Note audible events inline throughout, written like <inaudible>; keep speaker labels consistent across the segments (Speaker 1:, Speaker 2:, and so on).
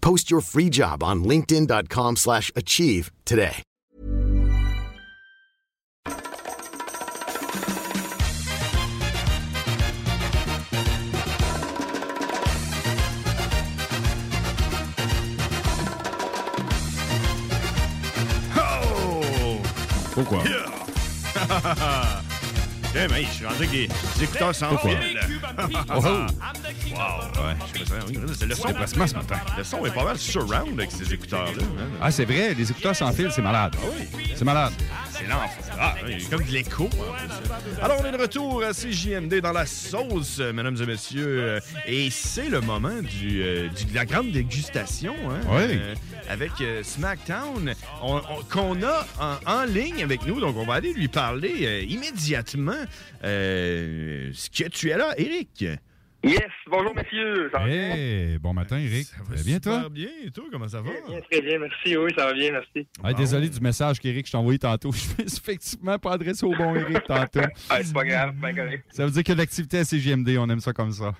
Speaker 1: Post your free job on linkedin.com/achieve slash achieve today.
Speaker 2: Oh,
Speaker 3: Pourquoi
Speaker 2: Eh, mais je suis rendu avec des des écouteurs sans
Speaker 3: Pourquoi?
Speaker 2: fil.
Speaker 3: Oh, oh.
Speaker 2: Wow, ouais, je sais pas, oui, c'est le son.
Speaker 3: Déplacement ce matin.
Speaker 2: Le son est pas mal surround avec ces écouteurs-là. hein.
Speaker 3: Ah, c'est vrai, les écouteurs sans fil, c'est malade. C'est malade.
Speaker 2: Ah C'est l'enfer. Ah, il y a comme de l'écho. en plus. Alors, on est de retour à CJMD dans la sauce, euh, mesdames et messieurs. Euh, Et c'est le moment du, euh, du- de la grande dégustation. Hein,
Speaker 3: Oui.
Speaker 2: euh, avec euh, SmackDown, on- on- qu'on a en, en ligne avec nous. Donc, on va aller lui parler euh, immédiatement. Euh, ce que tu es là, Eric.
Speaker 4: Yes, bonjour messieurs. Ça va bien?
Speaker 3: Hey, bon matin, Eric.
Speaker 2: Ça va
Speaker 3: Très bien,
Speaker 2: super
Speaker 3: toi?
Speaker 2: bien. Et toi, comment ça va?
Speaker 4: Très bien, très bien, merci. Oui, ça va bien, merci.
Speaker 2: Ah
Speaker 3: Hey, désolé du message qu'Eric, je t'ai envoyé tantôt. <laughs> Je me suis effectivement pas adressé au bon Eric tantôt.
Speaker 4: Ah, c'est pas grave, bien correct.
Speaker 3: Ça veut dire que l'activité à CGMD, on aime ça comme ça.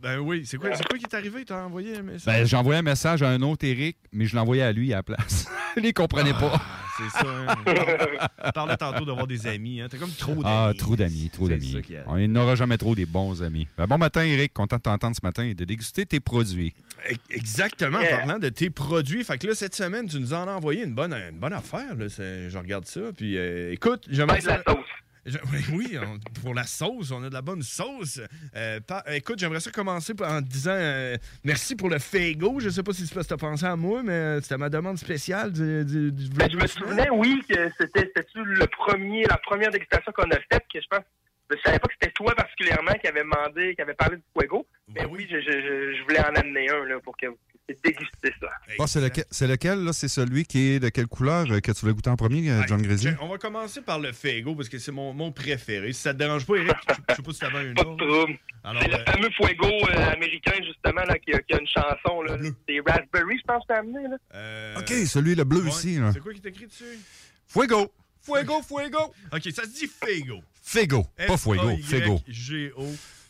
Speaker 2: Ben oui, c'est quoi, c'est quoi qui est arrivé? T'as envoyé un message?
Speaker 3: Ben, j'ai envoyé un message à un autre Eric, mais je l'envoyais à lui à la place. <laughs> Il les comprenait pas.
Speaker 2: C'est ça. Hein. On parle- on parlait tantôt d'avoir des amis. Hein. T'as comme trop d'amis.
Speaker 3: Ah, trop d'amis, trop
Speaker 2: C'est
Speaker 3: d'amis.
Speaker 2: ça qu'il y a.
Speaker 3: On n'aura jamais trop des bons amis. Ben, bon matin, Eric. Content de t'entendre ce matin et de déguster tes produits.
Speaker 2: E- Exactement, en
Speaker 4: Yeah.
Speaker 2: parlant de tes produits. Fait que là, cette semaine, tu nous en as envoyé une bonne, une bonne affaire. Là. C'est- Je regarde ça. Puis euh, écoute, je
Speaker 4: Avec la sauce.
Speaker 2: Je- oui, oui, on- pour la sauce, on a de la bonne sauce. Euh, pa- écoute, j'aimerais ça commencer par- en disant euh, merci pour le Fego. Je sais pas si c'est parce que t'as pensé à moi, mais euh, c'était ma demande spéciale du, du, du-
Speaker 4: Ben, je me souvenais, oui, que c'était c'était-tu le premier, la première dégustation qu'on a faite, que je pense. Je savais pas que c'était toi particulièrement qui avait demandé, qui avait parlé du Fuego.
Speaker 2: Ben
Speaker 4: Mais oui, je, je, je, je voulais en amener un là, pour que vous puissiez déguster ça.
Speaker 5: Ah, c'est lequel, c'est lequel, là? C'est celui qui est de quelle couleur euh, que tu voulais goûter en premier, euh, John Grisier?
Speaker 2: Ben, Je- On va commencer par le Fego parce que c'est mon, mon préféré. Si ça te dérange pas, Eric, je- je sais pas si t'avais un
Speaker 4: Pas de
Speaker 2: autre.
Speaker 4: trouble.
Speaker 2: Alors,
Speaker 4: C'est le
Speaker 2: euh,
Speaker 4: fameux Fuego euh, américain, justement, là, qui, a, qui a une chanson. Là.
Speaker 2: Bleu.
Speaker 4: C'est Raspberry, je pense, que t'as amené. Là.
Speaker 2: euh,
Speaker 5: <laughs> OK, celui le bleu
Speaker 2: ouais,
Speaker 5: ici. là.
Speaker 2: C'est quoi qui est écrit dessus?
Speaker 5: Fuego! Fuego, fuego!
Speaker 2: Ok, ça se dit Fego.
Speaker 5: Fego, pas fuego, fego.
Speaker 2: G-O.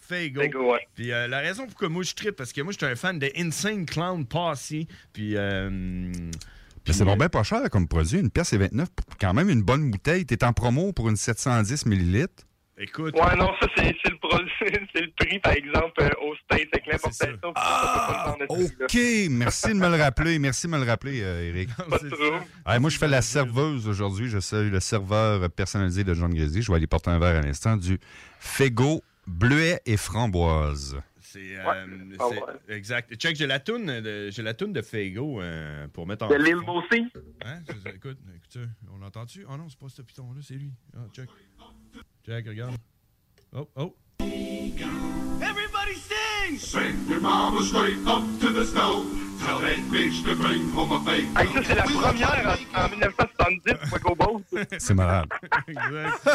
Speaker 2: Fego.
Speaker 4: Fuego, ouais.
Speaker 2: Puis euh, la raison pourquoi moi je trippe, parce que moi je suis un fan de Insane Clown Posse. Puis. euh,
Speaker 5: Mais c'est bon, ben pas cher comme produit. Une pièce et 29, pour quand même une bonne bouteille. T'es en promo pour une 710 millilitres.
Speaker 2: Écoute.
Speaker 4: Ouais, non, ça, c'est c'est le, pro- <laughs> c'est le prix, par exemple, euh, au States, avec n'importe
Speaker 2: C'est ça.
Speaker 4: quelle sauce. Ah,
Speaker 5: OK, merci de me le rappeler. Merci de me le rappeler, euh, Eric.
Speaker 4: Pas de trouble.
Speaker 5: Ah, moi, je fais la serveuse aujourd'hui. Je suis le serveur personnalisé de John Grisier. Je vais aller porter un verre à l'instant du Fego bleuet et framboise.
Speaker 2: C'est. euh,
Speaker 4: Ouais. Ah ouais.
Speaker 2: c'est- Exact. Check, j'ai la toune de, j'ai la toune de Fego euh, pour mettre en.
Speaker 4: De l'île aussi.
Speaker 2: Hein? Je- je- Écoute, écoute, ça, on l'entend-tu? Oh non, c'est pas ce piton-là, c'est lui. Ah, check. Check, regarde. Oh, oh. <laughs>
Speaker 4: Hey, ça, c'est la première en, en 1970, Fuego Bowl.
Speaker 5: C'est malade.
Speaker 2: Exact.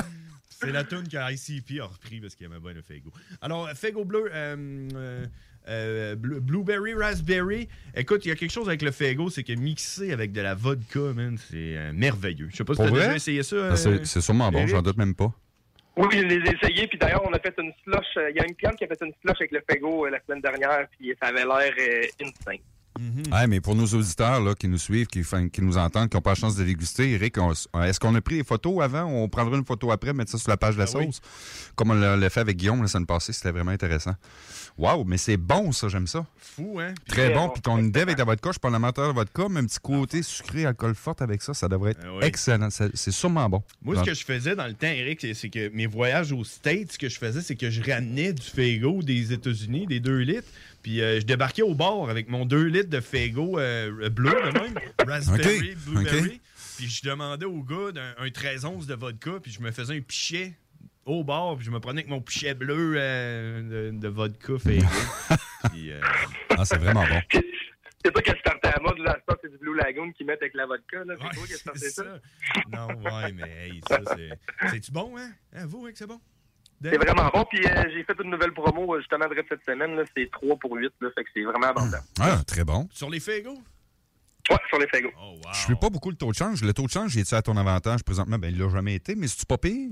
Speaker 2: C'est la tune que ICP a repris parce qu'il aimait bien le Fego. Alors, Fego bleu, euh, euh, euh, bleu- blueberry, raspberry. Écoute, il y a quelque chose avec le Fego, c'est que mixé avec de la vodka, man, c'est euh, merveilleux. Je sais pas si
Speaker 5: Pour
Speaker 2: t'as
Speaker 5: vrai?
Speaker 2: déjà essayé ça. euh,
Speaker 5: C'est c'est sûrement bon,
Speaker 2: Eric?
Speaker 5: j'en doute même pas.
Speaker 4: Oui, je les ai essayés, puis d'ailleurs, on a fait une slush. euh, Il y a une cliente qui a fait une slush avec le Fuego euh, la semaine dernière, puis ça avait l'air euh, insane.
Speaker 5: Ouais, mais pour nos auditeurs là, qui nous suivent, qui, fin- qui nous entendent, qui n'ont pas la chance de déguster, Eric, on s- est-ce qu'on a pris les photos avant? On prendra une photo après, mettre ça sur la page de la
Speaker 2: Ah oui.
Speaker 5: sauce, comme on l'a l'a fait avec Guillaume la semaine passée. C'était vraiment intéressant. Waouh, mais c'est bon ça, j'aime ça.
Speaker 2: Fou, hein? Puis-
Speaker 5: Très
Speaker 4: Très
Speaker 5: bon.
Speaker 4: bon,
Speaker 5: Puis qu'on idée avec la vodka, je suis pas un amateur de vodka, mais un petit côté sucré, alcool fort avec ça, ça devrait être
Speaker 2: Ah oui.
Speaker 5: excellent. C'est c'est sûrement bon.
Speaker 2: Moi, ce que je faisais dans le temps, Eric, c'est- c'est que mes voyages aux States, ce que je faisais, c'est que je ramenais du Fego des États-Unis, des 2 litres, puis euh, je débarquais au bord avec mon 2 litres de Fego euh, bleu,
Speaker 5: <laughs>
Speaker 2: de même, raspberry,
Speaker 5: Ok,
Speaker 2: blueberry,
Speaker 5: ok.
Speaker 2: puis je demandais au gars d'un- un 13-11 de vodka, puis je me faisais un pichet au bord, puis je me prenais avec mon pichet bleu euh, de, de vodka
Speaker 5: <laughs>
Speaker 2: Fego. puis, euh,
Speaker 5: Ah, c'est vraiment bon.
Speaker 4: C'est pas qu'elle se partait à mode, là, à ce temps, c'est du Blue Lagoon qu'ils mettent avec la vodka, là.
Speaker 2: ouais,
Speaker 4: C'est toi qui
Speaker 2: c'est
Speaker 4: sortait ça.
Speaker 2: ça. Non, ouais, mais hey, ça, c'est. C'est-tu bon, hein? Hein, vous, hein, que c'est bon?
Speaker 4: C'est vraiment bon, puis euh, j'ai fait une nouvelle promo euh, justement de cette semaine, là, c'est 3 pour 8, là, fait que c'est vraiment abordable.
Speaker 5: Ah, très bon.
Speaker 2: Sur les Fego?
Speaker 4: Ouais, sur les fagots.
Speaker 2: Oh, wow.
Speaker 5: Je suis pas beaucoup le taux de change. Le taux de change, il est-tu à ton avantage présentement? Ben, il l'a jamais été, mais c'est-tu pas pire?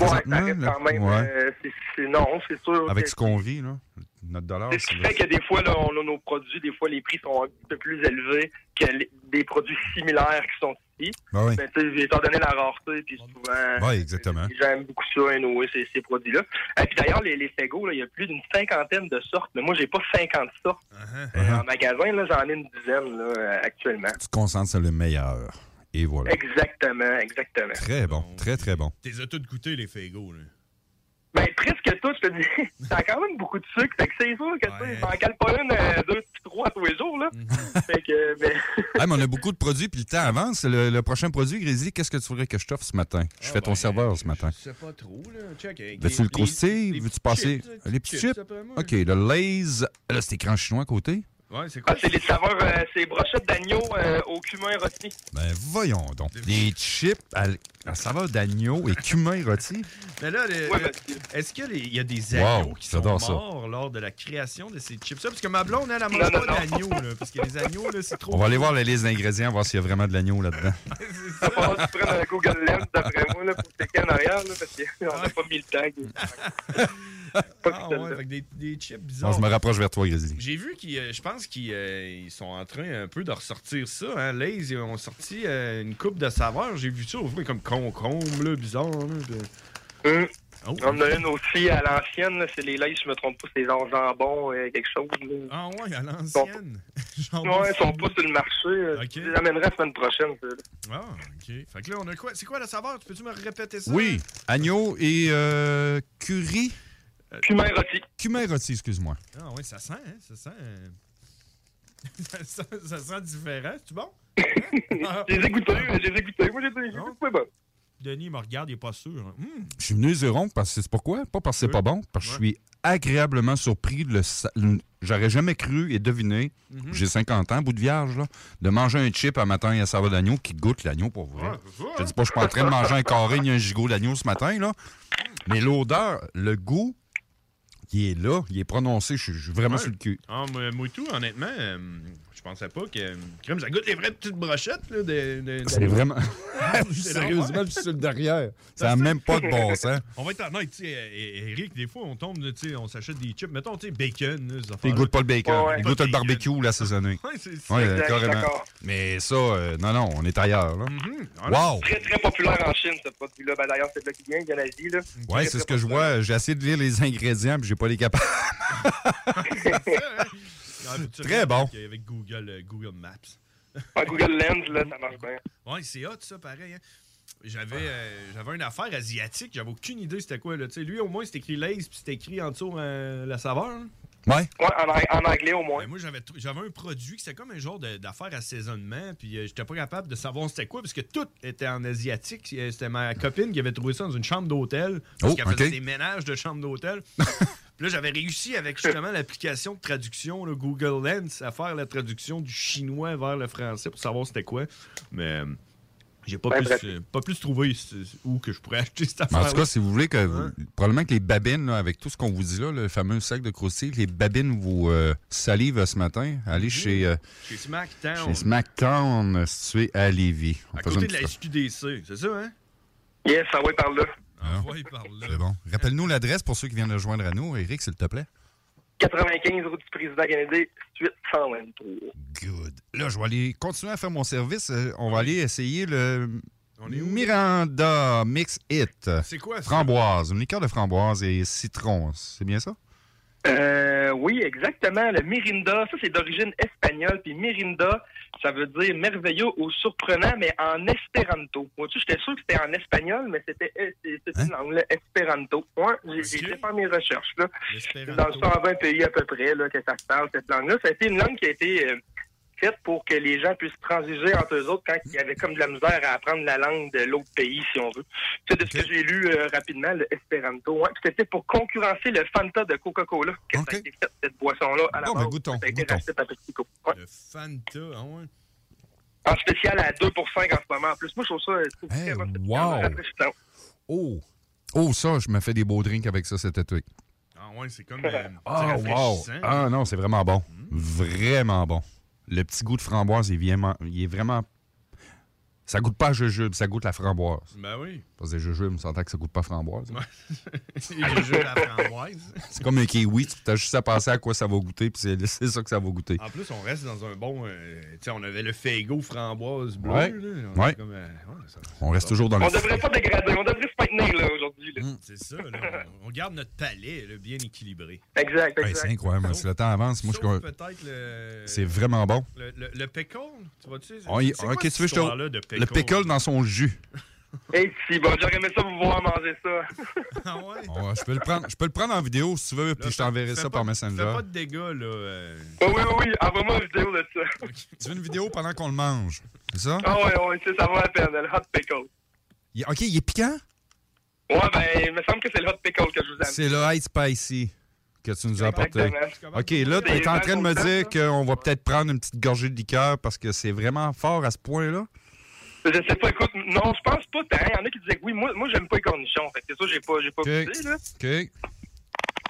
Speaker 4: Ouais, ça
Speaker 5: Présentement,
Speaker 4: reste
Speaker 5: là,
Speaker 4: quand même.
Speaker 5: ouais.
Speaker 4: euh, c'est- c'est- non, c'est sûr.
Speaker 5: Avec
Speaker 4: que-
Speaker 5: ce qu'on vit, là, notre dollar.
Speaker 4: c'est ce qui
Speaker 5: c'est-
Speaker 4: fait que des fois, là, on a nos produits, des fois, les prix sont un petit peu plus élevés que les- des produits similaires qui sont ici.
Speaker 5: Ben oui.
Speaker 4: Mais tu sais, étant donné la rareté, puis souvent,
Speaker 5: Ouais, exactement.
Speaker 4: j'aime beaucoup ça, anyway, ces, ces produits-là. Et puis d'ailleurs, les, les Fego, là, il y a plus d'une cinquantaine de sortes, mais moi, j'ai pas 50 sortes
Speaker 2: Uh-huh.
Speaker 4: euh, en magasin, là, j'en ai une dizaine, là, euh, actuellement.
Speaker 5: Tu te concentres sur le meilleur. Et voilà.
Speaker 4: Exactement, exactement.
Speaker 5: Très bon, très, très bon.
Speaker 2: T'es as toutes goûté, les Fego, là.
Speaker 4: Ben, presque tout, je te dis. <laughs> T'as quand même beaucoup de sucre. Fait que c'est sûr que tu
Speaker 2: Ouais. Mhm.
Speaker 4: sais, t'en cales pas une, euh, deux, puis trois tous les jours, là. <laughs> Fait que, euh, ben,
Speaker 5: Ah, mais on a beaucoup de produits, puis le temps avance. Le, le prochain produit, Grézy, qu'est-ce que tu voudrais que je t'offre ce matin? Je
Speaker 2: Ah
Speaker 5: fais ton serveur ce matin.
Speaker 2: ben, Je sais pas trop, là. Check. eh,
Speaker 5: Veux-tu
Speaker 2: les-
Speaker 5: le croustilles?
Speaker 2: les-
Speaker 5: Veux-tu
Speaker 2: les
Speaker 5: passer
Speaker 2: chips,
Speaker 5: les petits chips?
Speaker 2: après moi.
Speaker 5: OK, le Lays. euh, Là, c'est écran chinois à côté.
Speaker 2: Ouais, c'est quoi?
Speaker 4: <laughs> ah, c'est les saveurs, euh, c'est brochettes d'agneau euh, au cumin rôti.
Speaker 5: Ben, voyons donc. Les chips à, l- à saveur d'agneau
Speaker 2: <laughs>
Speaker 5: et cumin rôti.
Speaker 2: Mais là, les-
Speaker 4: Ouais,
Speaker 2: euh,
Speaker 4: parce que-
Speaker 2: est-ce qu'il y a des
Speaker 5: Wow,
Speaker 2: agneaux qui sont
Speaker 5: j'adore ça.
Speaker 2: morts lors de la création de ces chips-là? Parce que ma blonde, elle, elle
Speaker 4: Non,
Speaker 2: mange
Speaker 4: non,
Speaker 2: pas
Speaker 4: non.
Speaker 2: d'agneau, là. Parce que les agneaux, là, c'est trop.
Speaker 5: On va aller voir la liste d'ingrédients, voir s'il y a vraiment de l'agneau là-dedans.
Speaker 4: Faut pas que tu prennes un Google Lens, d'après moi, là, pour checker en arrière, là, parce qu'on n'a pas mis le tag.
Speaker 2: <laughs>
Speaker 4: pas
Speaker 2: Ah,
Speaker 4: celle-là.
Speaker 2: ouais, fait que des, des chips bizarres.
Speaker 5: Bon, je me rapproche vers toi, Grézy.
Speaker 2: J'ai vu qu'ils, euh, je pense qu'ils euh, ils sont en train un peu de ressortir ça. Hein. Là, ils ont sorti euh, une coupe de saveurs. J'ai vu ça au fond, comme concombre, là, bizarre. Là, puis-
Speaker 4: Hum.
Speaker 2: Oh.
Speaker 4: On en a une aussi à l'ancienne, là, c'est les laits, je me trompe pas, c'est genre jambon, euh, quelque chose. Là.
Speaker 2: Ah ouais, à l'ancienne. <laughs> Jambon
Speaker 4: ouais, ils sont
Speaker 2: fumé.
Speaker 4: pas sur le marché. euh,
Speaker 2: Ok.
Speaker 4: Je les amènerai la semaine prochaine. ça, là.
Speaker 2: Ah, ok. Fait que là, on a quoi C'est quoi la saveur Tu peux-tu me répéter ça
Speaker 5: Oui, agneau et euh, curry.
Speaker 2: Euh,
Speaker 4: Cumin rôti.
Speaker 5: Cumin rôti, excuse-moi.
Speaker 2: Ah ouais, ça sent, hein Ça sent. euh, <laughs> ça, sent ça sent différent. C'est bon Ah.
Speaker 4: J'ai écouté, j'ai écouté. Moi, j'ai dit, j'ai dit, c'est bon.
Speaker 2: Denis me regarde, il est pas sûr. hein. Hum,
Speaker 5: Je suis venu zéro parce que c'est pourquoi? Pas parce que c'est pas bon, parce que je suis agréablement surpris. de Le sa- le- J'aurais jamais cru et deviné, j'ai 50 ans, bout de vierge, là, de manger un chip un matin à saveur d'agneau qui goûte l'agneau pour vrai.
Speaker 2: Ah,
Speaker 5: Je te dis pas, je suis pas en train de manger un carré ni un gigot d'agneau ce matin, là. Mais l'odeur, le goût, il est là, il est prononcé. Je suis- je suis vraiment
Speaker 2: Ouais.
Speaker 5: sur le cul.
Speaker 2: Ah, moi, moi tout, honnêtement, euh, je pensais pas que. Crème, ça goûte les vraies petites brochettes, là. De, de-
Speaker 5: <laughs> C'est
Speaker 2: de-
Speaker 5: vraiment.
Speaker 2: Sérieusement,
Speaker 5: je suis sur le derrière. Ça n'a même pas de bon sens.
Speaker 2: On va être honnête, tu sais, euh, Eric, des fois, on tombe, tu sais, on s'achète des chips. Mettons, tu sais, bacon, là, ces
Speaker 5: Il
Speaker 2: affaires-là.
Speaker 5: goûte pas le bacon.
Speaker 4: Ouais.
Speaker 5: Il goûte le barbecue, l'assaisonné.
Speaker 2: Ouais, c'est c'est-
Speaker 5: Oui,
Speaker 4: Exact,
Speaker 5: carrément.
Speaker 4: d'accord.
Speaker 5: Mais ça, euh, non, non, on est ailleurs. Là.
Speaker 2: Mhm. Ah, là,
Speaker 5: Wow!
Speaker 4: Très, très populaire en Chine, ce produit-là. Ben, D'ailleurs, c'est de là qu'il vient, il vient d'Asie. là.
Speaker 5: Ouais, c'est ce que je vois. J'ai essayé de lire les <laughs> ingrédients, puis j'ai pas les capables. <laughs>
Speaker 2: ah, tu
Speaker 5: <laughs> Très
Speaker 2: regardes
Speaker 5: bon.
Speaker 2: Avec, avec Google, euh, Google Maps.
Speaker 4: En Google Lens, là, ça marche bien.
Speaker 2: Ouais, c'est hot, ça, pareil. hein. J'avais euh, j'avais une affaire asiatique, j'avais aucune idée c'était quoi. Là. Tu sais, Lui, au moins, c'était écrit Lays, puis c'était écrit en dessous euh, la saveur. là.
Speaker 5: Ouais.
Speaker 4: Ouais, en, ang- en anglais, au moins.
Speaker 2: Ben, moi, j'avais tr- j'avais un produit qui c'était comme un genre de- d'affaire assaisonnement, puis euh, j'étais pas capable de savoir c'était quoi, parce que tout était en asiatique. Euh, C'était ma copine qui avait trouvé ça dans une chambre d'hôtel, parce
Speaker 5: Oh,
Speaker 2: qu'elle faisait
Speaker 5: ok.
Speaker 2: des ménages de
Speaker 5: <laughs>
Speaker 2: chambre d'hôtel. puis là, j'avais réussi avec justement l'application de traduction, le Google Lens, à faire la traduction du chinois vers le français pour savoir c'était quoi. Mais euh, j'ai pas,
Speaker 4: Ben,
Speaker 2: plus,
Speaker 4: bref.
Speaker 2: euh, pas plus trouvé c- où que je pourrais <laughs> acheter cette
Speaker 5: Mais
Speaker 2: affaire.
Speaker 5: en tout cas, si vous voulez que. vous- Probablement que les babines, là, avec tout ce qu'on vous dit là, le fameux sac de croustilles, les babines vous euh, salivent euh, ce matin. Allez chez, euh,
Speaker 2: chez SmackDown,
Speaker 5: chez SmackDown, euh, situé à Lévis. On
Speaker 2: à
Speaker 5: faisait
Speaker 2: côté
Speaker 5: une
Speaker 2: de la
Speaker 5: petite-
Speaker 2: SQDC, c'est ça, hein?
Speaker 4: Yes, ça va par là.
Speaker 2: Envoyé par là.
Speaker 5: Ah, C'est bon. Rappelle-nous l'adresse pour ceux qui viennent le joindre à nous, Eric, s'il te plaît.
Speaker 4: 95 route du président Kennedy, 823.
Speaker 5: Good. Là, je vais aller continuer à faire mon service. Euh, On va aller essayer le Miranda Mix Hit.
Speaker 2: C'est quoi ça?
Speaker 5: Framboise. Une liqueur de framboise et citron. C'est bien ça?
Speaker 4: Euh, oui, exactement. Le Mirinda, ça c'est d'origine espagnole. Puis Mirinda, ça veut dire merveilleux ou surprenant, mais en espéranto. Moi, tu sais, j'étais sûr que c'était en espagnol, mais c'était eh, c'est- c'est une langue, là, espéranto. Ouais, j'ai j'ai
Speaker 2: Ok.
Speaker 4: fait faire mes recherches. Là. Dans
Speaker 2: L'espéranto.
Speaker 4: 120 pays à peu près là, que ça se parle, cette langue-là. Ça a été une langue qui a été euh, faite pour que les gens puissent transiger entre eux autres quand il y avait comme de la misère à apprendre la langue de l'autre pays, si on veut. C'est de ce que j'ai lu euh, rapidement, le Esperanto. ouais. Puis C'était pour concurrencer le Fanta de Coca-Cola que
Speaker 5: Ok.
Speaker 4: ça a été fait, cette boisson-là, à la
Speaker 5: Bon,
Speaker 4: base.
Speaker 5: ben, goûtons,
Speaker 4: ça a été
Speaker 5: goûtons. Euh.
Speaker 4: racheté par PepsiCo. Ouais.
Speaker 2: Le Fanta, ah ouais.
Speaker 4: En spécial à 2 en ce moment. En plus, moi, je trouve ça euh, c'est
Speaker 5: Hey,
Speaker 4: vraiment
Speaker 5: wow.
Speaker 4: rafraîchissant.
Speaker 5: Oh! Oh, ça, je me fais des beaux drinks avec ça cet été.
Speaker 2: Ah ouais, c'est comme. euh,
Speaker 5: <laughs> Ah,
Speaker 2: c'est
Speaker 5: wow!
Speaker 2: rafraîchissant.
Speaker 5: Ah non, c'est vraiment bon.
Speaker 2: Hmm.
Speaker 5: Vraiment bon. Le petit goût de framboise, il est vraiment... Il est vraiment... Ça goûte pas à jujube, ça goûte la framboise.
Speaker 2: Ben
Speaker 5: <laughs>
Speaker 2: oui.
Speaker 5: Parce que jujube, on s'entend que ça goûte pas à framboise.
Speaker 2: Il joue la framboise.
Speaker 5: C'est comme un kiwi, tu as juste à penser à quoi ça va goûter, puis c'est c'est ça que ça va goûter.
Speaker 2: En plus, on reste dans un bon. euh, tu sais, on avait le Fego framboise bleu.
Speaker 5: Ouais.
Speaker 2: Là. On est
Speaker 5: Ouais.
Speaker 2: comme, euh, ouais, ça-
Speaker 5: On reste toujours dans le
Speaker 4: On devrait pas dégrader, on devrait se maintenir là, aujourd'hui.
Speaker 5: Mm.
Speaker 4: là.
Speaker 2: C'est ça, là. On, on garde notre palais là, bien équilibré.
Speaker 4: Exact,
Speaker 5: Hey,
Speaker 4: exact.
Speaker 5: c'est incroyable. hein, Si le temps avance, moi, je
Speaker 2: Sauf
Speaker 5: suis-
Speaker 2: peut-être le.
Speaker 5: c'est vraiment bon.
Speaker 2: Le, le, le pickle, tu vois-tu?
Speaker 5: On y-
Speaker 2: C'est quoi
Speaker 5: ok,
Speaker 2: cette
Speaker 5: tu veux, je te-
Speaker 2: histoire-là de
Speaker 5: Le pickle dans son jus.
Speaker 4: Et si, bon, j'aurais aimé ça vous voir manger ça.
Speaker 2: <laughs>
Speaker 4: <laughs>
Speaker 2: Ah ouais?
Speaker 5: Oh, je, peux le prendre, je peux le prendre en vidéo si tu veux, puis je t'enverrai
Speaker 2: Fais
Speaker 5: ça
Speaker 2: pas-
Speaker 5: par
Speaker 2: Fais
Speaker 5: Messenger.
Speaker 2: pas de dégâts, là. euh.
Speaker 4: Ben oui, oui, oui, envoie-moi une vidéo de ça.
Speaker 5: Tu veux une vidéo pendant qu'on le mange, c'est ça?
Speaker 4: Ah ouais, ouais, ça, ça vaut la peine, le hot pickle.
Speaker 5: Il- OK, il est piquant?
Speaker 4: Ouais, ben, il me semble que c'est le hot pickle que je vous amène.
Speaker 5: C'est le High Spicy que tu nous as apporté.
Speaker 4: Exactement.
Speaker 5: OK, là, tu es en train de me dire qu'on va peut-être prendre une petite gorgée de liqueur parce que c'est vraiment fort à ce point-là.
Speaker 4: Je sais pas, écoute, non, je pense pas tant. Il y en a qui disaient que oui, moi, moi j'aime pas les cornichons. Fait que c'est ça, j'ai pas, j'ai pas
Speaker 5: OK.
Speaker 4: goûté, là.
Speaker 5: OK.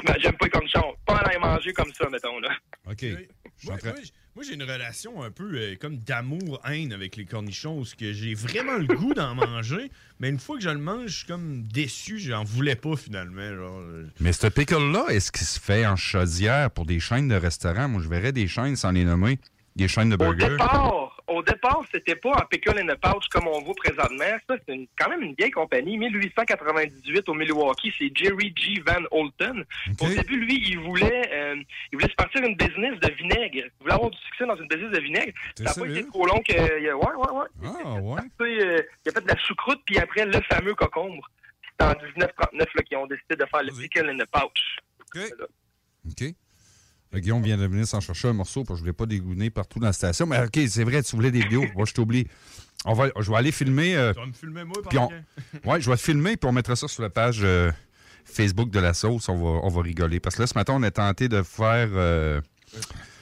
Speaker 4: Ben, j'aime pas les cornichons. Pas en aller manger comme ça, mettons, là.
Speaker 5: OK. Je suis en
Speaker 2: Moi,
Speaker 5: train-
Speaker 2: moi, j- moi, j'ai une relation un peu euh, comme d'amour-haine avec les cornichons, parce que j'ai vraiment le goût d'en manger, mais une fois que je le mange, je suis comme déçu, j'en voulais pas finalement. Genre, euh,
Speaker 5: Mais ce pickle-là, est-ce qu'il se fait en chaudière pour des chaînes de restaurants? Moi, je verrais des chaînes sans les nommer. Des chaînes de
Speaker 4: Au
Speaker 5: burgers.
Speaker 4: départ, au départ, c'était pas en pickle and a pouch comme on voit présentement. Ça, c'est une- quand même une vieille compagnie. 1898 au Milwaukee, c'est Jerry G. Van Holten.
Speaker 5: OK.
Speaker 4: Au début, lui, il voulait, euh, il voulait se partir une business de vinaigre. Il voulait avoir du succès dans une business de vinaigre.
Speaker 5: T'es
Speaker 4: Ça n'a pas
Speaker 5: sérieux?
Speaker 4: été trop long que. il a- Ouais, ouais, ouais.
Speaker 5: Ah, ouais.
Speaker 4: Tu sais, euh, il a fait de la choucroute, puis après, le fameux cocombre. C'est en 1939 là, qu'ils ont décidé de faire le
Speaker 5: Vas-y.
Speaker 4: pickle and a pouch.
Speaker 5: OK. Euh, Guillaume vient de venir s'en chercher un morceau parce que je ne voulais pas dégoûner partout dans la station. Mais OK, c'est vrai, tu voulais des vidéos. Moi, je t'oublie. On va, je vais aller filmer. euh,
Speaker 2: tu vas me filmer, moi,
Speaker 5: puis
Speaker 2: pendant
Speaker 5: on, <laughs>
Speaker 2: que-
Speaker 5: ouais, je vais filmer puis on mettra ça sur la page euh, Facebook de la sauce. On va, on va rigoler. Parce que là, ce matin, on a tenté de faire. euh,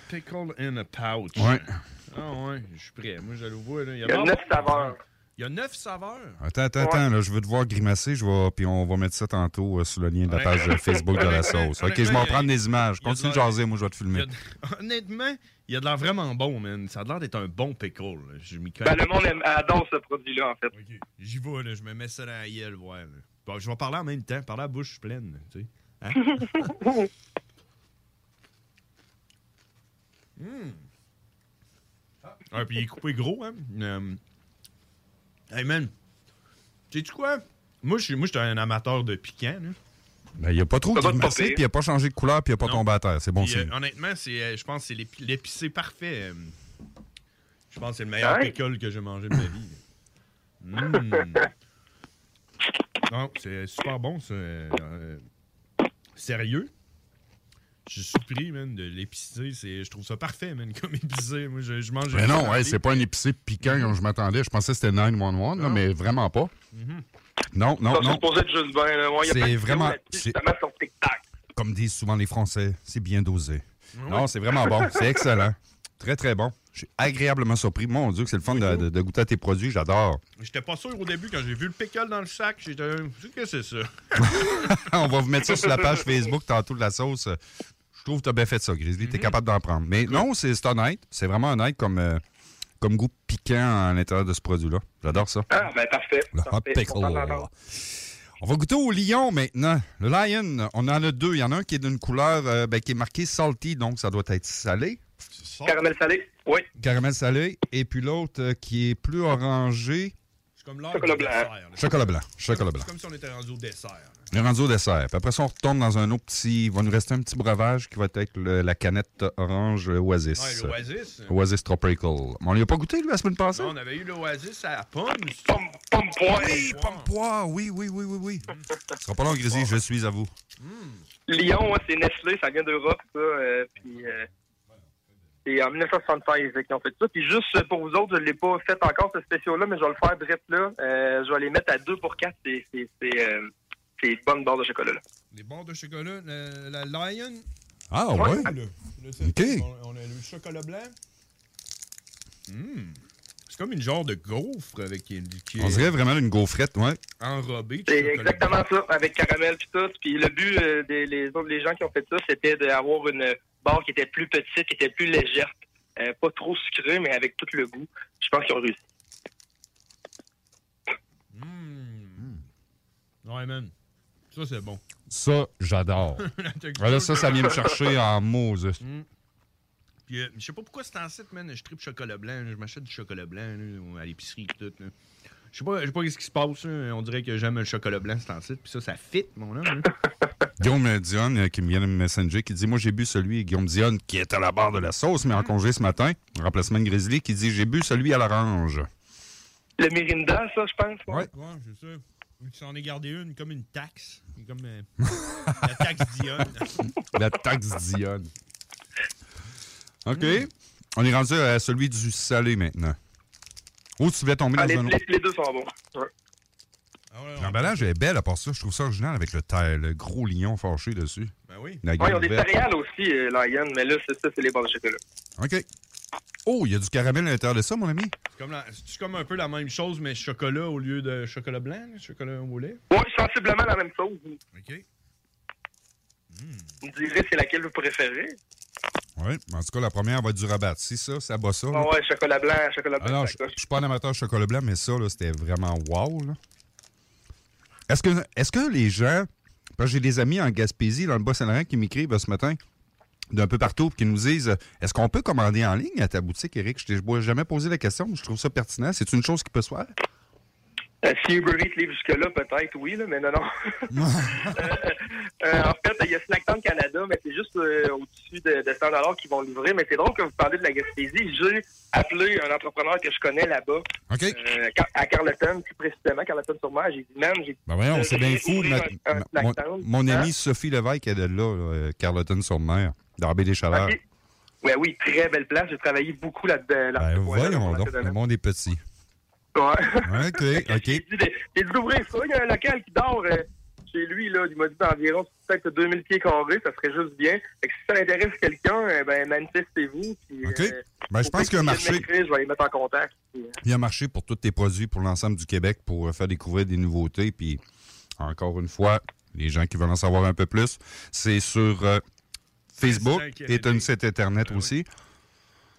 Speaker 2: Pickle in a pouch.
Speaker 5: ouais.
Speaker 2: Ah ouais, je suis prêt. Moi, je le vois. Là.
Speaker 4: Il y a neuf saveurs.
Speaker 2: Il y a neuf saveurs.
Speaker 5: Attends, attends, attends. là, je veux te voir grimacer. Je vais, puis on va mettre ça tantôt euh, sur le lien de la page euh, Facebook de
Speaker 2: <laughs>
Speaker 5: la sauce. OK, je vais en prendre des images.
Speaker 2: Il y a de
Speaker 5: Continue de
Speaker 2: l'air-
Speaker 5: jaser. Moi, je vais te
Speaker 2: Il y
Speaker 5: filmer.
Speaker 2: a de- <laughs> Honnêtement, il y a de l'air vraiment bon, man. Ça a l'air d'être un bon pickle. là. Je m'y connais.
Speaker 4: Ben, le monde aime- adore ce produit-là, en fait.
Speaker 2: Ok, J'y vais, là, je me mets ça dans la gueule, ouais. là. Bon, je vais parler en même temps, parler à bouche pleine, là, tu sais. Hein? Hmm. Ah, puis il est coupé gros, hein. Euh, Hey, man, sais-tu quoi? Moi, je suis moi, je suis un amateur de piquant, là.
Speaker 5: Ben, Il n'y a pas trop
Speaker 4: Ça va te
Speaker 5: grimacé,
Speaker 4: porter.
Speaker 5: puis il n'a pas changé de couleur, puis il n'a pas
Speaker 2: Non.
Speaker 5: tombé à terre. C'est bon
Speaker 2: Puis, euh,
Speaker 5: signe.
Speaker 2: honnêtement, c'est, euh, je pense que c'est l'épi- l'épicé parfait. euh. Je pense que c'est le meilleur
Speaker 4: Ah Ouais.
Speaker 2: pickle que j'ai mangé de ma vie. Mm. Non, Ah, c'est super bon, ça. euh, sérieux. Je suis surpris, man, de l'épicé. C'est, je trouve ça parfait, man, comme épicé. Moi, je, je mange...
Speaker 5: Mais non, hey, c'est pas un épicé piquant comme je m'attendais. Je pensais que c'était 911, là, mais vraiment pas. Non, non,
Speaker 4: Ça, C'est
Speaker 5: non.
Speaker 4: supposé être juste bien, là. Ouais, il y
Speaker 5: C'est
Speaker 4: a plein de vidéos
Speaker 5: vraiment-
Speaker 4: là-dessus,
Speaker 5: c'est-
Speaker 4: Justement, sur TikTok.
Speaker 5: Comme disent souvent les Français, c'est bien dosé. Non, c'est vraiment bon. C'est excellent. Très, très bon. Je suis agréablement surpris. Mon Dieu, que c'est le fun de, de- de goûter à tes produits. J'adore. <laughs>
Speaker 2: J'étais pas sûr au début, quand j'ai vu le pickle dans le sac, j'étais... Qu'est-ce que c'est ça?
Speaker 5: On va vous mettre ça sur la page Facebook tantôt de la sauce. Je trouve que tu as bien fait ça, Grizzly. Tu es capable d'en prendre. Mais non, c'est c'est honnête. C'est vraiment honnête comme, euh, comme goût piquant à l'intérieur de ce produit-là. J'adore ça.
Speaker 4: Ah, ben, parfait.
Speaker 5: Le hot
Speaker 4: Parfait.
Speaker 5: pickle.
Speaker 4: On s'en entend.
Speaker 5: On va goûter au lion maintenant. Le lion, on en a deux. Il y en a un qui est d'une couleur euh, ben, qui est marqué salty, donc ça doit être salé.
Speaker 4: Caramel salé. Oui.
Speaker 5: Caramel salé. Et puis l'autre euh, qui est plus orangé.
Speaker 2: C'est comme l'heure
Speaker 4: Chocolat
Speaker 2: du
Speaker 4: blanc.
Speaker 2: dessert, là.
Speaker 5: Chocolat blanc. Chocolat blanc.
Speaker 2: C'est comme si on était rendu au dessert. là.
Speaker 5: Le rendu au dessert. Puis après ça, on retourne dans un autre petit. Il va nous rester un petit breuvage qui va être le- la canette orange euh, Oasis.
Speaker 2: Ouais, l'oasis.
Speaker 5: Oasis Tropical. Mais on l'a pas goûté, lui, la semaine passée?
Speaker 2: Non, on avait eu l'oasis à la pomme.
Speaker 4: Pomme, pomme
Speaker 5: Oui,
Speaker 4: poêlée.
Speaker 5: pomme poire. Oui, oui, oui, oui, oui. Ce sera pas long, Grisy. Je suis à vous.
Speaker 4: Lyon, ouais, c'est Nestlé, ça vient d'Europe, ça. euh, puis, euh, c'est en 1976 qu'ils ont fait ça. Puis juste euh, pour vous autres, je ne l'ai pas fait encore, ce spécial-là, mais je vais le faire direct là. Euh, je vais les mettre à 2 pour 4. C'est c'est- c'est, euh, c'est une bonne barre de chocolat-là.
Speaker 2: Les barres de chocolat, le- la Lion.
Speaker 5: Ah,
Speaker 4: Ouais.
Speaker 5: ouais?
Speaker 2: Le,
Speaker 5: Ok.
Speaker 2: on, on a le chocolat blanc. Hmm. C'est comme une genre de gaufre avec qui, qui est
Speaker 5: On dirait vraiment une gaufrette, ouais.
Speaker 2: enrobée. de
Speaker 4: C'est
Speaker 2: chocolat
Speaker 4: exactement
Speaker 2: blanc.
Speaker 4: ça, avec caramel puis tout. Puis le but euh, des les autres les gens qui ont fait ça, c'était d'avoir une barre qui était plus petite, qui était plus légère, euh, pas trop sucrée, mais avec tout le goût. Je pense qu'ils ont réussi.
Speaker 2: Ouais, man. Ça, c'est bon.
Speaker 5: Ça, j'adore.
Speaker 2: <laughs> La texture,
Speaker 5: Voilà, ça, ça vient me chercher en mots.
Speaker 2: Puis, euh, je sais pas pourquoi c'est en site, man. Je tripe chocolat blanc. Je m'achète du chocolat blanc là, à l'épicerie et tout. là. Je sais pas, je sais pas ce qui se passe. là. On dirait que j'aime le chocolat blanc, c'est en site. Puis ça, ça fit, mon homme. là.
Speaker 5: Guillaume euh, Dionne, euh, qui me vient de me messenger, qui dit Moi, j'ai bu celui, Guillaume Dionne, qui est à la barre de la sauce, mais en congé ce matin. En Remplacement de Grizzly, qui dit J'ai bu celui à l'orange.
Speaker 4: Le Mirinda, ça, je pense.
Speaker 5: Ouais.
Speaker 2: <laughs> Ouais, c'est ça. Ou tu s'en est gardé une, comme une taxe. Comme euh, la taxe d'Yonne. <laughs>
Speaker 5: La taxe Dionne. OK. On est rendu à celui du salé maintenant. Oh, tu vas tomber
Speaker 4: Ah,
Speaker 5: dans
Speaker 4: les,
Speaker 5: un autre.
Speaker 4: les- les deux sont bons. Ouais.
Speaker 2: Ah ouais, ouais.
Speaker 5: L'emballage est belle à part ça. Je trouve ça original avec le, ter- le gros lion fâché dessus.
Speaker 2: Ben oui.
Speaker 5: La
Speaker 4: Oui, ils
Speaker 5: gueule
Speaker 4: ont des
Speaker 5: verte.
Speaker 4: céréales aussi, euh, Lion, mais là, c'est ça, c'est les barres de chocolat.
Speaker 5: OK. Oh, il y a du caramel à l'intérieur de ça, mon ami.
Speaker 2: C'est comme, la- c'est-tu comme un peu la même chose, mais chocolat au lieu de chocolat blanc, là, chocolat au lait.
Speaker 4: Oui, sensiblement la même chose. Vous
Speaker 2: OK.
Speaker 4: me direz c'est laquelle vous préférez.
Speaker 5: Oui, en tout cas, la première va être du rabat. Si ça, ça bat ça. là.
Speaker 4: Ah ouais, chocolat blanc, chocolat blanc.
Speaker 5: Hum. Ah non, je
Speaker 4: ça
Speaker 5: je
Speaker 4: coche.
Speaker 5: suis pas un amateur de chocolat blanc, mais ça, là, c'était vraiment wow. là. Est-ce que, est que les gens. Parce que j'ai des amis en Gaspésie, dans le Bas-Saint-Laurent, qui m'écrivent euh, ce matin d'un peu partout, puis qui nous disent euh, Est-ce qu'on peut commander en ligne à ta boutique, Eric Je t'ai je m'ai jamais posé la question, mais je trouve ça pertinent. C'est une chose qui peut se faire <laughs>
Speaker 4: Euh, si Uber Eats livre jusque-là, peut-être, oui, là, mais non, non. Euh, <laughs> euh, en fait, il y a Snacktown Canada, mais c'est juste euh, au-dessus de, de 100 qui vont livrer. Mais c'est drôle que vous parlez de la Gaspésie. J'ai appelé un entrepreneur que je connais là-bas,
Speaker 5: OK.
Speaker 4: euh, Car- à Carleton, plus précisément, Carleton-sur-Mer. J'ai dit, man, j'ai
Speaker 5: Ben voyons,
Speaker 4: Euh,
Speaker 5: c'est bien
Speaker 4: j'ai
Speaker 5: fou.
Speaker 4: ouvert
Speaker 5: ma-
Speaker 4: un- un
Speaker 5: ma- mon,
Speaker 4: Snacktown,
Speaker 5: mon
Speaker 4: hein?
Speaker 5: amie Sophie Lévesque, elle est là, là, euh, Carleton-sur-Mer, dans la baie des Chaleurs.
Speaker 4: Ok. Ouais, oui, très belle place. J'ai travaillé beaucoup là-dedans.
Speaker 5: Ben,
Speaker 4: là-dedans.
Speaker 5: voyons donc, le monde est petit.
Speaker 4: Ouais.
Speaker 5: OK, OK.
Speaker 4: <laughs> J'ai dit de- j'ai dit d'ouvrir ça. Il y a un local qui dort euh, chez lui. Là. Il m'a dit d'environ peut-être 2000 pieds carrés. Ça serait juste bien. Fait que si ça intéresse quelqu'un, euh, ben, manifestez-vous. puis,
Speaker 5: OK.
Speaker 4: euh,
Speaker 5: Ben, je
Speaker 4: au
Speaker 5: pense
Speaker 4: pire,
Speaker 5: qu'il y a un
Speaker 4: si
Speaker 5: marché.
Speaker 4: m'écrivent, Je vais les mettre en contact. puis, euh,
Speaker 5: Il y a marché pour tous tes produits pour l'ensemble du Québec pour euh, faire découvrir des nouveautés. Puis, encore une fois, les gens qui veulent en savoir un peu plus, c'est sur euh, Facebook
Speaker 2: Snack
Speaker 5: et un
Speaker 2: Energy.
Speaker 5: site Internet
Speaker 2: Ah oui.
Speaker 5: aussi.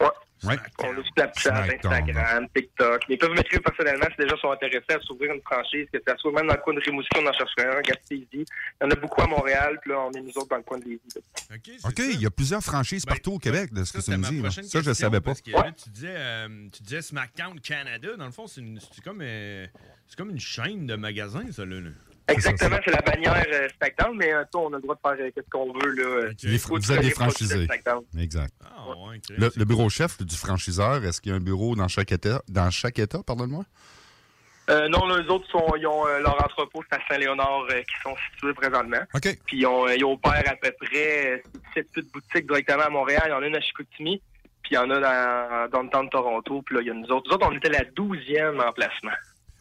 Speaker 4: ouais.
Speaker 5: Ouais.
Speaker 4: On est sur Snapchat,
Speaker 5: Snackdown.
Speaker 4: Instagram, TikTok. Mais Ils peuvent m'écrire personnellement si les gens sont intéressés à s'ouvrir une franchise, que ça soit même dans le coin de Rimouski, on en chercherait un, Gaspésie. Il y en a beaucoup à Montréal, puis là, on est nous autres dans le coin de Lévis. là.
Speaker 2: OK, c'est
Speaker 5: OK,
Speaker 2: ça.
Speaker 5: il y a plusieurs franchises
Speaker 2: Ben,
Speaker 5: partout au Québec, de ce que tu
Speaker 2: c'était
Speaker 5: me
Speaker 2: ma
Speaker 5: dis. là.
Speaker 2: prochaine
Speaker 5: Ça, je ne
Speaker 2: question,
Speaker 5: savais pas.
Speaker 2: Parce que là, tu disais, euh, tu disais SmackDown Canada. Dans le fond, c'est une- c'est comme, euh, c'est comme une chaîne de magasins, ça, là. là.
Speaker 4: Exactement, c'est la bannière euh, Snackdown, mais euh, ça, on a le droit de faire euh, ce qu'on veut. Là, euh,
Speaker 2: Ok.
Speaker 5: Les fr-
Speaker 4: Faut
Speaker 5: vous êtes
Speaker 4: que
Speaker 5: des
Speaker 4: les produits de
Speaker 5: franchisés.
Speaker 4: Snackdown.
Speaker 5: Exact.
Speaker 2: Ah, ouais, ok.
Speaker 5: Le, le bureau chef du franchiseur, est-ce qu'il y a un bureau dans chaque État, dans chaque état pardonne-moi?
Speaker 4: Euh, non, les autres, sont, ils ont euh, leur entrepôt, c'est à Saint-Léonard, euh, qui sont situés présentement.
Speaker 5: OK.
Speaker 4: Puis ils, ont, euh, ils opèrent à peu près 7 petites boutiques directement à Montréal. Il y en a une à Chicoutimi, puis il y en a dans, dans le temps de Toronto. Puis là, il y a nous autres. Nous autres, on était la 12e emplacement.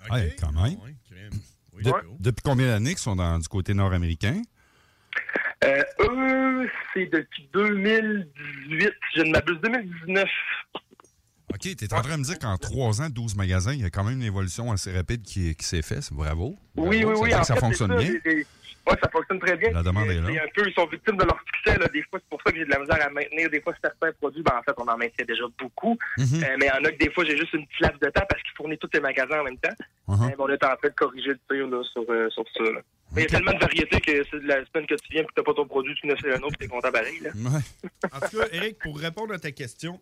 Speaker 2: Ok.
Speaker 5: Ouais, quand même.
Speaker 2: Ah ouais, crème. Oui,
Speaker 5: De-
Speaker 2: c'est haut.
Speaker 5: depuis combien d'années qu'ils sont dans, du côté nord-américain?
Speaker 4: Euh, eux, c'est depuis 2018, je ne m'abuse, 2019.
Speaker 5: OK, tu es en train de me dire qu'en 3 ans, 12 magasins, il y a quand même une évolution assez rapide qui, qui s'est faite. C'est Bravo.
Speaker 4: Oui, oui,
Speaker 5: Bravo.
Speaker 4: oui.
Speaker 5: Ça, dit
Speaker 4: en
Speaker 5: que ça
Speaker 4: fait,
Speaker 5: fonctionne
Speaker 4: c'est
Speaker 5: bien.
Speaker 4: c'est- c'est- ouais, ça fonctionne très bien.
Speaker 5: La demande
Speaker 4: C'est-
Speaker 5: est là.
Speaker 4: c'est un peu, ils sont victimes de leur succès. Là. Des fois, c'est pour ça que j'ai de la misère à maintenir des fois certains produits. Ben, en fait, on en maintient déjà beaucoup.
Speaker 5: Mhm.
Speaker 4: Euh, mais il y en a que des fois, j'ai juste une petite laps de temps parce qu'ils fournissent tous les magasins en même temps.
Speaker 5: Uh-huh.
Speaker 4: Eh ben, on est en train de corriger le tir là, sur, euh, sur ça. là. Mais Il y a tellement de variétés que c'est de la semaine que tu viens et que tu n'as pas ton produit, tu ne fais un autre et tu es content pareil. Là.
Speaker 5: Ouais.
Speaker 2: En tout cas, Eric, pour répondre à ta question,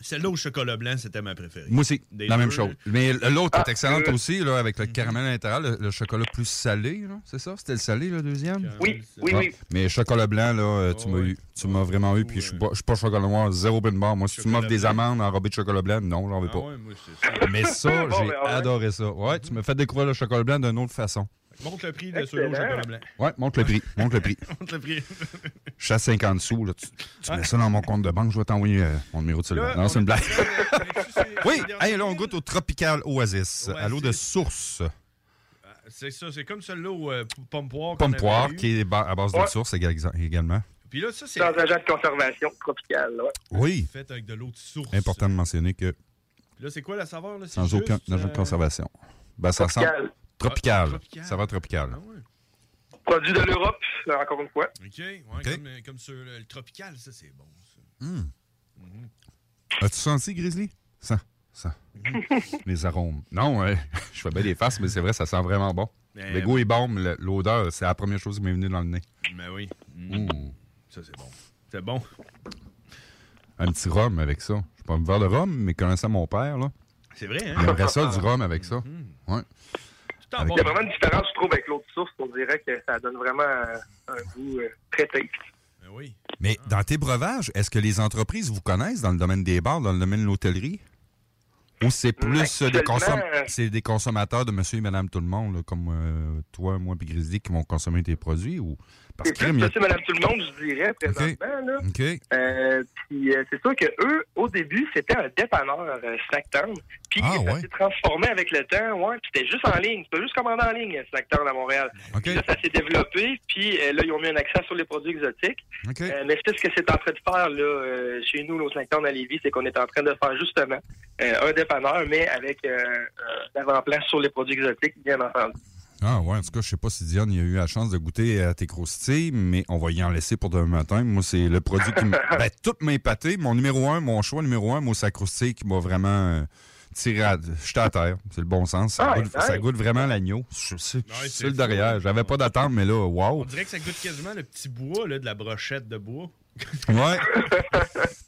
Speaker 2: celle-là au chocolat blanc, c'était ma préférée.
Speaker 5: Moi aussi,
Speaker 2: Des
Speaker 5: la même
Speaker 2: deux,
Speaker 5: chose.
Speaker 2: là.
Speaker 5: Mais l'autre est
Speaker 4: Ah,
Speaker 5: excellente
Speaker 4: euh,
Speaker 5: aussi, là, avec le caramel à l'intérieur, le, le chocolat plus salé, là, c'est ça? C'était le salé, le deuxième?
Speaker 4: Oui, oui,
Speaker 5: Ah,
Speaker 4: oui.
Speaker 5: Mais chocolat blanc, là, euh, tu
Speaker 2: Ah
Speaker 5: m'as
Speaker 2: ouais.
Speaker 5: eu. Tu m'as vraiment eu.
Speaker 2: Ouais.
Speaker 5: Puis je suis pas, je suis pas chocolat noir, zéro bin bar. Moi, si tu
Speaker 2: Chocolat
Speaker 5: m'offres des
Speaker 2: blanc.
Speaker 5: amandes enrobées de chocolat blanc, non, j'en veux
Speaker 2: Ah
Speaker 5: pas.
Speaker 2: ouais, moi, c'est ça.
Speaker 5: Mais ça,
Speaker 4: <laughs> Bon,
Speaker 5: j'ai
Speaker 4: ben, ouais. Mhm.
Speaker 5: adoré ça. Ouais, tu me fais découvrir le chocolat blanc d'une autre façon.
Speaker 2: Montre le prix de celui au chocolat blanc.
Speaker 5: Ouais, montre le prix. Montre le
Speaker 4: <laughs>
Speaker 5: prix.
Speaker 2: Montre le prix.
Speaker 5: Je suis à 50 sous. Là, tu, tu mets ça dans mon compte de banque, je vais t'envoyer euh, mon numéro de
Speaker 2: Là,
Speaker 5: cellulaire.
Speaker 2: on
Speaker 5: Non, c'est une
Speaker 2: est
Speaker 5: blague. <laughs>
Speaker 2: avec- avec- avec-
Speaker 5: Oui,
Speaker 2: avec-
Speaker 5: hey, là, on goûte au Tropical Oasis, à l'eau de
Speaker 2: Oasis.
Speaker 5: source.
Speaker 2: C'est ça, c'est comme celui-là au euh, p- pomme poire. qu'on
Speaker 5: Pomme
Speaker 2: avait
Speaker 5: poire,
Speaker 2: eu.
Speaker 5: qui est ba- à base de
Speaker 4: Ouais.
Speaker 5: source ég- également.
Speaker 2: Puis là, ça, c'est
Speaker 5: Ah.
Speaker 4: Dans un genre de conservation tropicale. là, ouais.
Speaker 5: Oui.
Speaker 2: fait avec de l'eau de source.
Speaker 5: Important de mentionner que
Speaker 2: Puis Là, c'est quoi la saveur? Là? C'est
Speaker 5: sans
Speaker 2: juste,
Speaker 5: aucun agent de
Speaker 2: euh,
Speaker 5: conservation. Ben, ça sent
Speaker 4: Tropical.
Speaker 5: tropical.
Speaker 2: Ah, tropical.
Speaker 5: Ça va tropical.
Speaker 2: Ah ouais.
Speaker 4: Produit de l'Europe, là, encore une fois.
Speaker 2: OK, ouais,
Speaker 5: OK.
Speaker 2: Comme, euh, comme sur le, le tropical, ça, c'est bon. ça.
Speaker 5: As-tu senti, Grizzly? Ça,
Speaker 2: <laughs>
Speaker 5: ça. Les arômes. Non, ouais, <laughs> je fais bien des faces, mais c'est vrai, ça sent vraiment bon.
Speaker 2: Mais-
Speaker 5: le goût est bon, mais le- l'odeur, c'est la première chose qui m'est venue dans le nez.
Speaker 2: Mais oui. Mm. Ça, c'est bon. C'est bon.
Speaker 5: Un petit rhum avec ça. Je suis pas un verre de rhum, mais connaissant mon père, là,
Speaker 2: <laughs> C'est vrai,
Speaker 5: il
Speaker 2: hein?
Speaker 5: aimerait ça, du rhum avec
Speaker 4: <laughs>
Speaker 5: ça. Mm-hmm. Ouais.
Speaker 2: Tout en bon.
Speaker 4: Il y a vraiment une différence, je trouve, avec l'eau de source. On dirait que ça donne vraiment euh, un goût euh, très tasty.
Speaker 2: Mais Ben oui.
Speaker 5: Mais dans tes breuvages, est-ce que les entreprises vous connaissent dans le domaine des bars, dans le domaine de l'hôtellerie? Ou c'est plus euh, des, consom-
Speaker 4: Actuellement,
Speaker 5: c'est des consommateurs de monsieur et madame tout le monde, là, comme euh, toi, moi et Grizzly, qui vont consommer tes produits? Ou... Parce
Speaker 4: C'est
Speaker 5: que, crime,
Speaker 4: plus
Speaker 5: il y a-
Speaker 4: possible, madame tout le monde, je dirais, présentement. Là.
Speaker 5: OK.
Speaker 4: Euh, puis euh, c'est sûr que eux, au début, c'était un dépanneur euh, Snacktown. Puis
Speaker 5: Ah,
Speaker 4: ça
Speaker 5: ouais.
Speaker 4: s'est transformé avec le temps, ouais. Puis c'était juste en ligne. Tu peux juste commander en ligne euh, Snacktown à Montréal.
Speaker 5: OK.
Speaker 4: Puis là, ça s'est développé. Puis euh, là, ils ont mis un accent sur les produits exotiques.
Speaker 5: OK.
Speaker 4: Euh, mais c'est ce que c'est en train de faire là euh, chez nous, au Snacktown à Lévis, c'est qu'on est en train de faire justement euh, un dépanneur, mais avec euh, euh, l'avant-plan sur les produits exotiques, bien entendu.
Speaker 5: Ah ouais, en tout cas, je sais pas si Diane il a eu la chance de goûter à tes croustilles, mais on va y en laisser pour demain matin. Moi, c'est le produit qui m'a... ben, tout m'a épaté. Mon numéro un, mon choix numéro un, moi, c'est la croustille qui m'a vraiment euh, tiré à... J'étais à terre, c'est le bon sens. Ça,
Speaker 4: Ah,
Speaker 5: goûte,
Speaker 4: nice.
Speaker 5: ça goûte vraiment l'agneau. Je sais, je
Speaker 2: Ouais,
Speaker 5: suis
Speaker 2: c'est
Speaker 5: le
Speaker 2: fou.
Speaker 5: derrière. J'avais pas d'attente, mais là,
Speaker 2: On
Speaker 5: wow.
Speaker 2: dirait que ça goûte quasiment le petit bois, là, de la brochette de bois.
Speaker 5: Ouais. <laughs>